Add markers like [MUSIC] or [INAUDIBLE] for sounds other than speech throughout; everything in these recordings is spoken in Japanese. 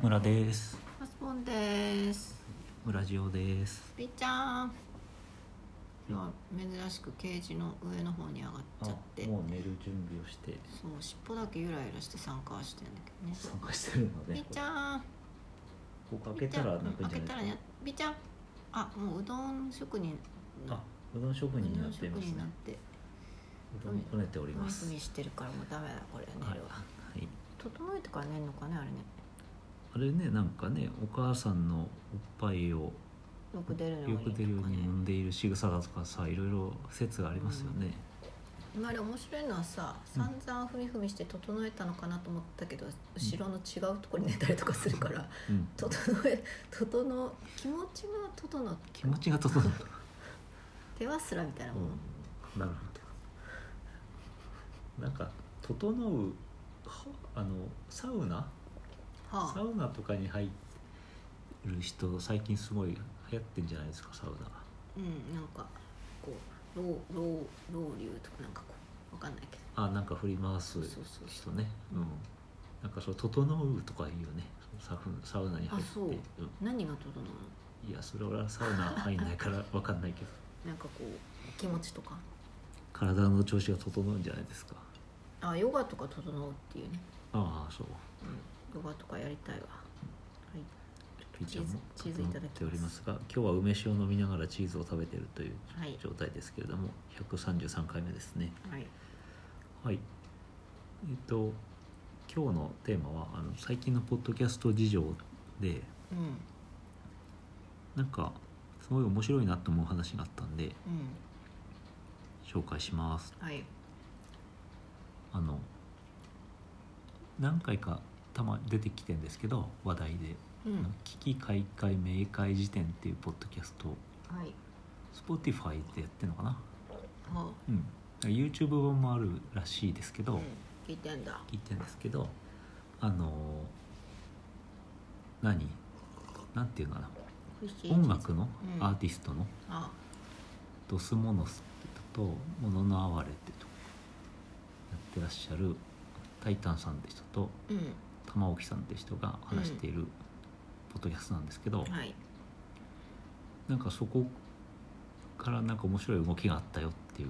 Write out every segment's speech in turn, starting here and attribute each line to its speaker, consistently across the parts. Speaker 1: 村です
Speaker 2: マスボンです。
Speaker 1: 村ジオです
Speaker 2: ピーちゃん。今珍しくケージの上の方に上がっちゃって、
Speaker 1: もう寝る準備をして
Speaker 2: そう尻尾だけゆらゆらして参加してんだけ
Speaker 1: 参加してるの
Speaker 2: どね。
Speaker 1: ね
Speaker 2: ピーちゃん。
Speaker 1: ここ開けたら泣くんじゃ
Speaker 2: ピーちゃん開けた
Speaker 1: な
Speaker 2: ら
Speaker 1: いで
Speaker 2: ね。ピーちゃん。あ、もううどん職人
Speaker 1: すか
Speaker 2: の
Speaker 1: あ。うどん職
Speaker 2: う
Speaker 1: 人に
Speaker 2: ど
Speaker 1: なんって
Speaker 2: 職
Speaker 1: います
Speaker 2: 人に
Speaker 1: ね
Speaker 2: なって、
Speaker 1: うどんこねており
Speaker 2: ふみ
Speaker 1: ます
Speaker 2: ふみしてるからもうダメだこれ寝
Speaker 1: はい
Speaker 2: るわ。
Speaker 1: はい
Speaker 2: 整えてから寝るのかねあれね。
Speaker 1: あれねなんかねお母さんのおっぱいを
Speaker 2: よく出るの
Speaker 1: よ
Speaker 2: がいい
Speaker 1: く
Speaker 2: とか
Speaker 1: 出るように
Speaker 2: ね
Speaker 1: 飲。んでいる仕草だとかさいろいろ説がありますよね、
Speaker 2: 今あれ面白いのはさ散々ふみふみして整えたのかなと思ったけど、後ろの違うところに寝たりとかするから
Speaker 1: うん、
Speaker 2: 整え整気持ちが整う
Speaker 1: 気持ちが整う、
Speaker 2: 手はすらみたいなもん、
Speaker 1: うん、なるほどなんか整うはあのサウナ
Speaker 2: は
Speaker 1: サ
Speaker 2: あ
Speaker 1: ウナとかに入る人最近すごい流行ってんじゃないですかサウナ
Speaker 2: うんなんかこう老老老流とかなんかこうわかんないけど
Speaker 1: あなんか振り回す
Speaker 2: そうそう
Speaker 1: 人ねうんなんかそう「整う」とか言うよねサフサウナに入って
Speaker 2: あそう
Speaker 1: うん
Speaker 2: 何が整うの
Speaker 1: いやそれ俺はサウナ入んないからわかんないけど
Speaker 2: なんかこう気持ちとか
Speaker 1: 体の調子が整うんじゃないですか
Speaker 2: あヨガとか整うっていうね、
Speaker 1: ああそう
Speaker 2: うん、ヨガとかやりたいわ、はい、
Speaker 1: ピーちゃんも
Speaker 2: チーズ
Speaker 1: 整っておりますが今日は梅酒を飲みながらチーズを食べてるという
Speaker 2: はい
Speaker 1: 状態ですけれども、133回目ですね
Speaker 2: はい
Speaker 1: はい。えっと今日のテーマはあの最近のポッドキャスト事情で
Speaker 2: うん
Speaker 1: なんかすごい面白いなと思う話があったんで
Speaker 2: うん
Speaker 1: 紹介します。
Speaker 2: はい
Speaker 1: あの何回かたま出てきてんですけど話題で「あ
Speaker 2: う
Speaker 1: の
Speaker 2: ん
Speaker 1: 危機開会明快辞典」っていうポッドキャスト
Speaker 2: はい
Speaker 1: Spotify でやってるのかな、
Speaker 2: は
Speaker 1: うん、YouTube 版もあるらしいですけ
Speaker 2: あ、
Speaker 1: ど、
Speaker 2: うん、聞いてんだ
Speaker 1: 聞いてるんですけどあの何なんていうのかな
Speaker 2: 美味しい
Speaker 1: 音楽の
Speaker 2: うん
Speaker 1: アーティストの
Speaker 2: あ
Speaker 1: 「ドスモノス」ってと「もののあわれ」ってとこやってらっしゃるタイタンさんって人と
Speaker 2: うん
Speaker 1: 玉置さんって人が話しているポッドキャストなんですけど、
Speaker 2: はい
Speaker 1: なんかそこからなんか面白い動きがあったよっていう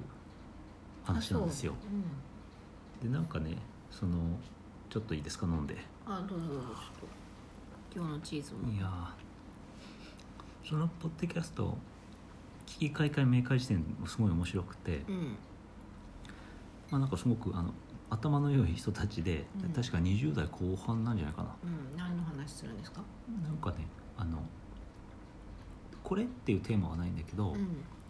Speaker 1: 話なんですよ
Speaker 2: あ。そううん
Speaker 1: でなんかねそのちょっといいですか飲んで。
Speaker 2: あどうぞどうぞちょっと今日のチーズも
Speaker 1: いやーそのポッドキャスト「危機開会明快時点」もすごい面白くて、
Speaker 2: うん
Speaker 1: まあ、なんかすごくあの頭の良い人たちで、
Speaker 2: うん
Speaker 1: 確か20代後半なんじゃないかな、
Speaker 2: うん何の話するんですか
Speaker 1: なんかねあのこれっていうテーマはないんだけど、
Speaker 2: う
Speaker 1: なん
Speaker 2: ん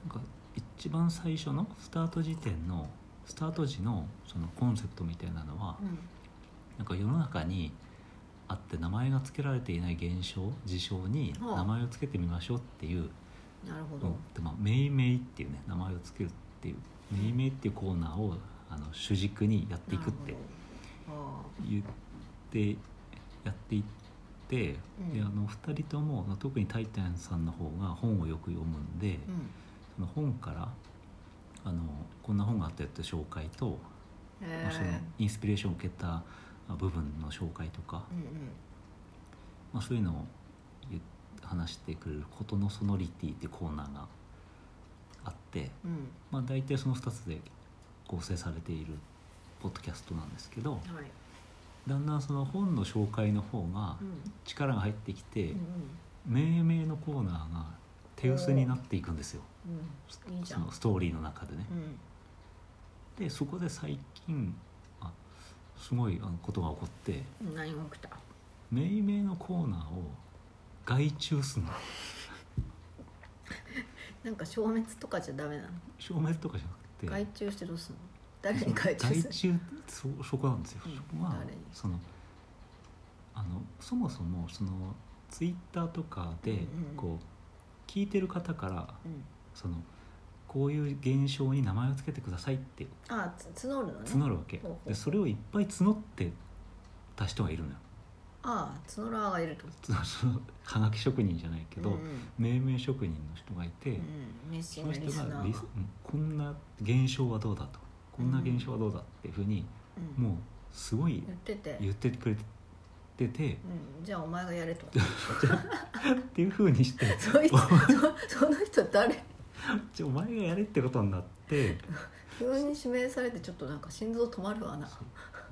Speaker 1: か一番最初のスタート時点のスタート時のそのコンセプトみたいなのは、
Speaker 2: うん
Speaker 1: なんか世の中にあって名前が付けられていない現象事象に
Speaker 2: はあ
Speaker 1: 名前を付けてみましょうっていう、
Speaker 2: なるほ
Speaker 1: う
Speaker 2: ど
Speaker 1: ん、でまあ「めいめい」っていうね名前をつけるっていう「めいめい」っていうコーナーをあの主軸にやっていくって
Speaker 2: なるほ
Speaker 1: 言ってやっていって、
Speaker 2: うん
Speaker 1: であの2人ともまあ特にタイタンさんの方が本をよく読むんで、
Speaker 2: どうん
Speaker 1: その本からあのこんな本があったよって紹介と、まあその
Speaker 2: え
Speaker 1: インスピレーションを受けたあ部分の紹介とか、
Speaker 2: ーうん
Speaker 1: まあ、そういうのを言っ話してくれる「ことのソノリティ」っていうコーナーがあって。
Speaker 2: うん
Speaker 1: まあ、大体その2つで構成されているポッドキャストなんですけど
Speaker 2: うんはい
Speaker 1: だんだんその本の紹介の方が
Speaker 2: うん
Speaker 1: 力が入ってきて
Speaker 2: うん
Speaker 1: 命名のコーナーが手薄になっていくんですよ
Speaker 2: うんうんいいじゃ
Speaker 1: そ
Speaker 2: ん
Speaker 1: のストーリーの中でね
Speaker 2: う。ん
Speaker 1: でそこで最近あすごいあのことが起こって
Speaker 2: 何が起きた
Speaker 1: 命名のコーナーを外注するの
Speaker 2: なんか消滅とかじゃダメなの
Speaker 1: 消滅とかじゃなくて
Speaker 2: 外注してどうすんの誰に外注
Speaker 1: 害
Speaker 2: する
Speaker 1: 虫ってそそこなんですよ、
Speaker 2: うん
Speaker 1: そこは
Speaker 2: 誰に
Speaker 1: そのあのそもそもそのツイッターとか
Speaker 2: うん
Speaker 1: で
Speaker 2: うん
Speaker 1: こう聞いてる方から
Speaker 2: うん
Speaker 1: そのこういう現象に名前を付けてくださいって
Speaker 2: あつ募るのね
Speaker 1: 募るわけ
Speaker 2: ほうほう
Speaker 1: でそれをいっぱい募ってた人がいるのよ
Speaker 2: ああ募る側がいると
Speaker 1: そのそのはがき職人じゃないけど、
Speaker 2: うんうん
Speaker 1: 命名職人の人がいて、
Speaker 2: うん熱
Speaker 1: そ
Speaker 2: 心
Speaker 1: の
Speaker 2: な
Speaker 1: 人
Speaker 2: リスナ
Speaker 1: が
Speaker 2: ー
Speaker 1: リス
Speaker 2: が
Speaker 1: うんこんな現象はどうだとこんな現象はどうだっていうふうに
Speaker 2: うん
Speaker 1: もうすごい
Speaker 2: 言ってて
Speaker 1: 言ってくれってて
Speaker 2: うん、じゃあお前がやれと [LAUGHS]
Speaker 1: っていうふうにして
Speaker 2: そいつそその人誰
Speaker 1: じゃあお前がやれってことになって
Speaker 2: 急に指名されてちょっとなんか心臓止まるわな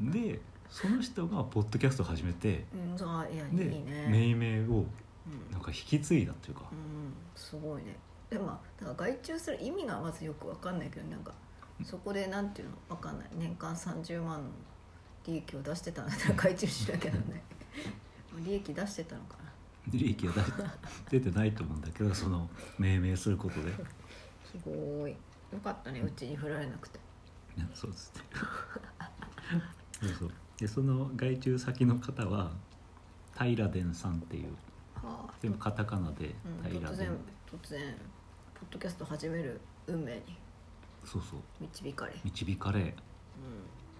Speaker 1: でその人がポッドキャストを始めて
Speaker 2: うんそうあいやいい
Speaker 1: で
Speaker 2: ね
Speaker 1: 命名を
Speaker 2: うん
Speaker 1: なんか引き継いだというか
Speaker 2: うんすごいねでもなんか外注する意味がまずよくわかんないけどなんかそこでなんていうのわかんない年間30万の利益を出してたんだったら [LAUGHS] 外注しなきゃなんない
Speaker 1: [LAUGHS]
Speaker 2: 利益出してたのかな
Speaker 1: 利益が出
Speaker 2: [LAUGHS]
Speaker 1: て出てないと思うんだけどその命名することです
Speaker 2: ごいよかったねうちに振られなくて
Speaker 1: ねそうですねそうそうでその外注先の方は平殿さんっていう
Speaker 2: はあ、う
Speaker 1: 全部カタカナで
Speaker 2: ん、
Speaker 1: 平殿
Speaker 2: 突然突然ポッドキャスト始める運命に
Speaker 1: そうそう
Speaker 2: 導かれ、うん、
Speaker 1: 導かれ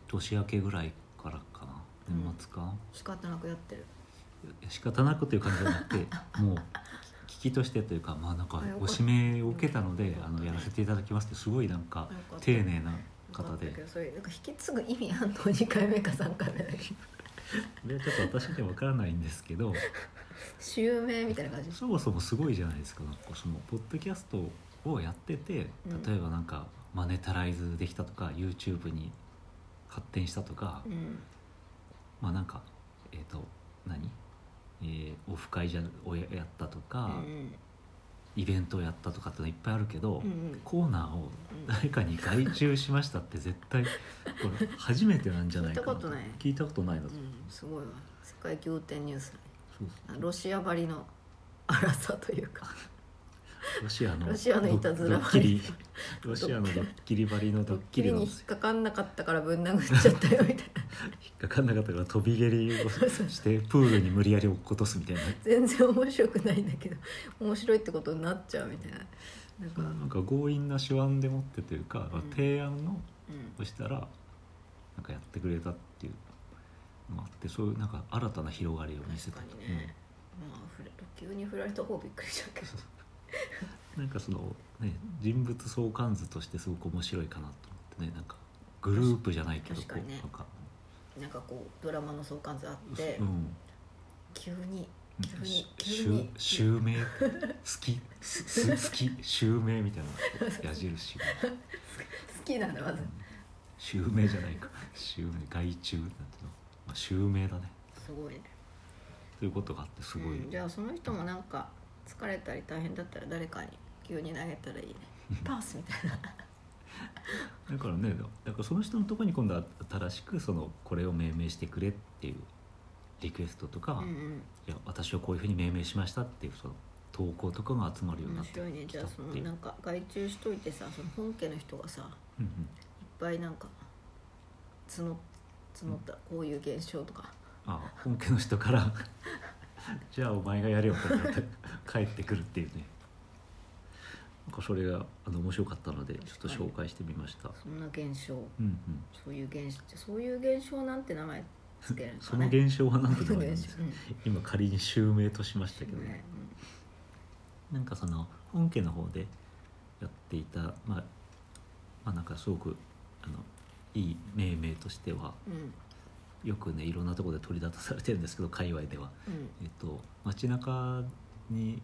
Speaker 1: 年明けぐらいからかな年末か、
Speaker 2: 仕方なくやってる
Speaker 1: 仕方なくという感じじゃな
Speaker 2: [LAUGHS]
Speaker 1: くてもう聞きとしてというかまあなんか
Speaker 2: あよか
Speaker 1: ご
Speaker 2: った
Speaker 1: 指名を受けたので
Speaker 2: うん
Speaker 1: あのやらせていただきますってすごいなんか
Speaker 2: よかった
Speaker 1: 丁寧な
Speaker 2: よか
Speaker 1: 方
Speaker 2: った
Speaker 1: で
Speaker 2: けどそれなんか引き継ぐ意味あんの2回目か3回目だけ
Speaker 1: [LAUGHS]
Speaker 2: ど
Speaker 1: これはちょっと私には分からないんですけど
Speaker 2: 襲名みたいな感
Speaker 1: [LAUGHS]
Speaker 2: じ
Speaker 1: そもそもすごいじゃないですかなんかそのポッドキャストをやってて
Speaker 2: うん
Speaker 1: 例えばなんかマネタライズできたとか YouTube に発展したとか、
Speaker 2: うん
Speaker 1: まあなんかえっ、と何えーオフ会じゃをややったと
Speaker 2: う
Speaker 1: か、
Speaker 2: ん
Speaker 1: イベントをやったとかってのいっぱいあるけど、
Speaker 2: うんうん
Speaker 1: コーナーを誰かに外注しましたって絶対これ初めてなんじゃないか
Speaker 2: 聞いたことない
Speaker 1: 聞いたことないの、
Speaker 2: うんすごいわ世界仰天ニュース
Speaker 1: そう
Speaker 2: あ
Speaker 1: そう
Speaker 2: ロシアばりの荒さというか
Speaker 1: ロシアの
Speaker 2: ロシアのいたずら
Speaker 1: ドッキリ
Speaker 2: ば
Speaker 1: ロシアのドッキリばりのドッキリ
Speaker 2: に
Speaker 1: の
Speaker 2: 引
Speaker 1: 引
Speaker 2: っかかんなかったからぶん殴っちゃったよみたいな
Speaker 1: っかかんなかったから飛び蹴りをしてプールに無理やり落っことすみたいな
Speaker 2: 全然面白くないんだけど面白いってことになっちゃうみたいななんか、
Speaker 1: なんか強引な手腕でもってというか、
Speaker 2: うん
Speaker 1: 提案の
Speaker 2: うん
Speaker 1: をしたらなんかやってくれたっていうのもあってそういうなんか新たな広がりを見せ
Speaker 2: 確
Speaker 1: たと
Speaker 2: かにね、まあふれ急に振られた方びっくりしちゃうけど
Speaker 1: [LAUGHS] なんかその、ね、人物相関図としてすごく面白いかなと思ってねなんかグループじゃないけど
Speaker 2: 確かにね
Speaker 1: こうなんか、
Speaker 2: なんかこうドラマの相関図あって、
Speaker 1: うん、
Speaker 2: 急に急に
Speaker 1: し
Speaker 2: 急に
Speaker 1: 襲名好きすす好き襲名みたいな矢印が
Speaker 2: [LAUGHS] 好きなんだまず
Speaker 1: 襲名じゃないか襲名外注なんていうの、まあ、襲名だね
Speaker 2: すごいね
Speaker 1: ということがあってすごい、
Speaker 2: うんじゃあその人もなんか疲れたり大変だったら誰かに急に投げたら
Speaker 1: [LAUGHS]
Speaker 2: いいねパースみたいな
Speaker 1: だからねだからその人のところに今度は新しくそのこれを命名してくれっていうリクエストとか、
Speaker 2: うん
Speaker 1: いや私はこういうふうに命名しましたっていうその投稿とかが集まる
Speaker 2: う
Speaker 1: よう
Speaker 2: ん
Speaker 1: にな
Speaker 2: 面
Speaker 1: って
Speaker 2: 白いね
Speaker 1: き
Speaker 2: じゃ
Speaker 1: た
Speaker 2: あ
Speaker 1: っ
Speaker 2: その
Speaker 1: ていう
Speaker 2: なんか外注しといてさその本家の人がさいっ
Speaker 1: うんうん
Speaker 2: ぱいなんか募募ったこういう現象とか
Speaker 1: あ本家の人から [LAUGHS] じゃあお前がやれよってなって帰ってくるっていうねなんかそれがあの面白かったのでちょっと紹介してみました、
Speaker 2: そんな現象
Speaker 1: うんうん、
Speaker 2: そういう現象そういう現象なんて名前つけるのか
Speaker 1: その
Speaker 2: ね
Speaker 1: 現象は何て名前なんです
Speaker 2: そ
Speaker 1: か
Speaker 2: [LAUGHS] の現
Speaker 1: 今仮に襲名としましたけ
Speaker 2: 象
Speaker 1: ど
Speaker 2: うん
Speaker 1: ねなんかその本家の方でやっていた、まあ、まあなんかすごくあのいい命名としては
Speaker 2: うんうん
Speaker 1: よくねいろんなところで取り立たされてるんですけど界隈では、えっと、街中に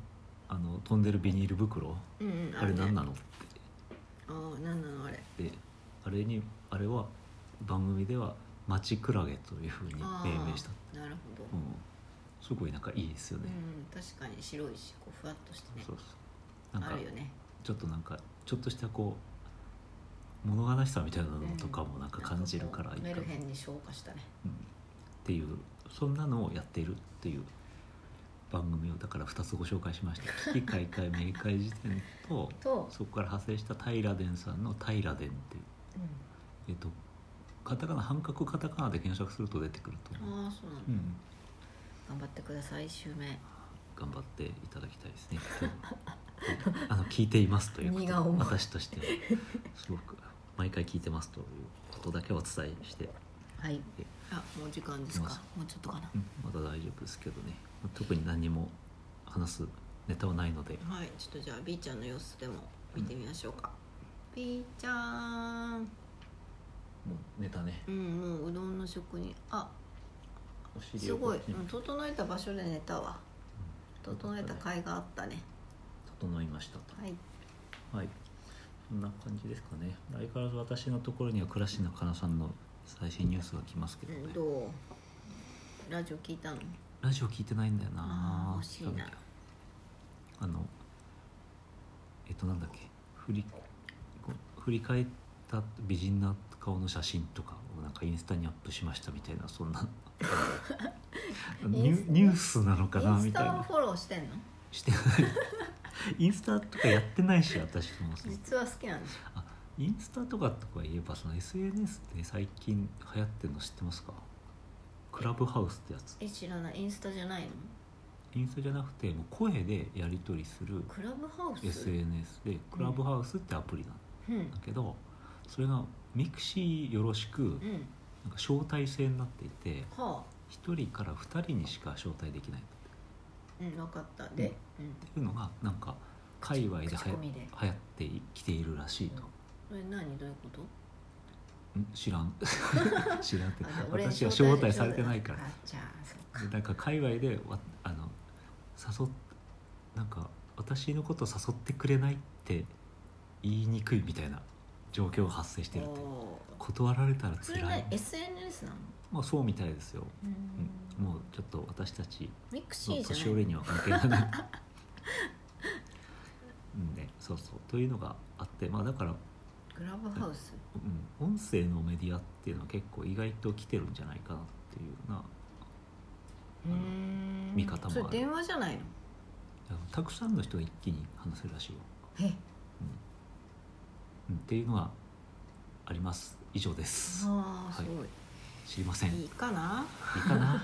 Speaker 1: あの飛んでるビニール袋
Speaker 2: うんうんうん
Speaker 1: あれ何なの
Speaker 2: の
Speaker 1: っ
Speaker 2: ああ何なのあれ
Speaker 1: てであれにあれは番組では「街クラゲ」というふうに
Speaker 2: あー
Speaker 1: 命名した、
Speaker 2: なるほど
Speaker 1: うん、すごいなんかいいですよ
Speaker 2: う
Speaker 1: ね、
Speaker 2: ん確かに白いしこうふわっとしてね
Speaker 1: そうそうなん
Speaker 2: あ
Speaker 1: か
Speaker 2: るよね
Speaker 1: ちょっとなんかちょっとしたこう物悲しさみたいなのとかもなんか感じるからいい
Speaker 2: なん
Speaker 1: かな、
Speaker 2: かこうメルヘンに昇華したね
Speaker 1: うんっていうそんなのをやっているっていう番組をだから2つご紹介しました「危機開会明快辞典と」
Speaker 2: と、
Speaker 1: そこから派生した平殿さんの「平殿」っていう
Speaker 2: う
Speaker 1: えっとカタカナ半角カタカナで検索すると出てくると思う、
Speaker 2: ん、ああそうなんだ、
Speaker 1: うん、
Speaker 2: 頑張ってください襲名
Speaker 1: 頑張っていただきたいですね [LAUGHS] あの聞いていますということ
Speaker 2: 荷が重い
Speaker 1: 私としてはすごく毎回聞いてますということだけお伝えして
Speaker 2: はい
Speaker 1: え
Speaker 2: あもう時間です
Speaker 1: 行き
Speaker 2: か
Speaker 1: ま
Speaker 2: もうちょっとかな
Speaker 1: うんまだ大丈夫ですけどね特に何も話すネタはないので
Speaker 2: はいちょっとじゃあ B ちゃんの様子でも見てみましょうか、B ちゃん
Speaker 1: もうネタね
Speaker 2: うんもううどんの職人あ
Speaker 1: お尻
Speaker 2: す
Speaker 1: を
Speaker 2: ご
Speaker 1: こ
Speaker 2: い
Speaker 1: っちに
Speaker 2: うん整えた場所で寝たわ整えた甲斐があったね
Speaker 1: 整いましたと
Speaker 2: はい
Speaker 1: はいそんな感じですかね相変わらず私のところには倉科かなさんの最新ニュースが来ますけどね
Speaker 2: うんどうラジオ聞いたの
Speaker 1: ラジオ聞いてないんだよな
Speaker 2: あー欲しいな
Speaker 1: 調べたらあのえっとなんだっけ振りこう振り返った美人な顔の写真とかをなんかインスタにアップしましたみたいなそんな
Speaker 2: [LAUGHS]
Speaker 1: ニ
Speaker 2: インス
Speaker 1: ュ
Speaker 2: タ
Speaker 1: ニュースなのかな
Speaker 2: イン
Speaker 1: み
Speaker 2: ス
Speaker 1: たい
Speaker 2: タは
Speaker 1: な
Speaker 2: フォローしてんの
Speaker 1: してない [LAUGHS] インスタとかやってないし私もその
Speaker 2: 実は好きなんでし
Speaker 1: あインスタとかとか言えばその SNS で最近流行ってるの知ってますかクラブハウスってやつ
Speaker 2: ょえ知らないインスタじゃないの
Speaker 1: インスタじゃなくてもう声でやり取りする
Speaker 2: クラブハウス、
Speaker 1: SNS でクラブハウスってアプリなん
Speaker 2: うんう
Speaker 1: だけどそれがミクシーよろしくなんか
Speaker 2: ん
Speaker 1: 招待制になっていて
Speaker 2: はあ
Speaker 1: 1人から2人にしか招待できないっ
Speaker 2: うん分かったで、うん、
Speaker 1: ていうのがなんか界隈では
Speaker 2: 口コミで
Speaker 1: 流行ってきているらしいと。
Speaker 2: これ何どういうこと
Speaker 1: ん知
Speaker 2: [LAUGHS]
Speaker 1: らん知らんって
Speaker 2: あじゃあ俺に
Speaker 1: 私は招待されてないから
Speaker 2: あじゃあそっか
Speaker 1: でなんか界隈でわあの誘っなんか私のこと誘ってくれないって言いにくいみたいな状況が発生してるって
Speaker 2: おー
Speaker 1: 断られたら
Speaker 2: それ
Speaker 1: 辛い
Speaker 2: ね SNS なの
Speaker 1: まあそうみたいですよ、
Speaker 2: う
Speaker 1: うん
Speaker 2: ん
Speaker 1: もうちょっと私たち
Speaker 2: ミクシ
Speaker 1: の
Speaker 2: ーじ
Speaker 1: 年
Speaker 2: ゃな
Speaker 1: 寄
Speaker 2: い
Speaker 1: りには関係が
Speaker 2: [LAUGHS]
Speaker 1: ないうんねそうそうというのがあってまあだから、
Speaker 2: クラブハウス
Speaker 1: うん、音声のメディアっていうのは結構意外と来てるんじゃないかなっていうような
Speaker 2: うーん
Speaker 1: 見方もある
Speaker 2: それ電話じゃないの
Speaker 1: あのたくさんの人が一気に話せるらしいよう
Speaker 2: え
Speaker 1: んっていうのはあります以上です
Speaker 2: あ
Speaker 1: は
Speaker 2: あす
Speaker 1: い
Speaker 2: ごい、
Speaker 1: 知りませんい
Speaker 2: い、いかない
Speaker 1: かな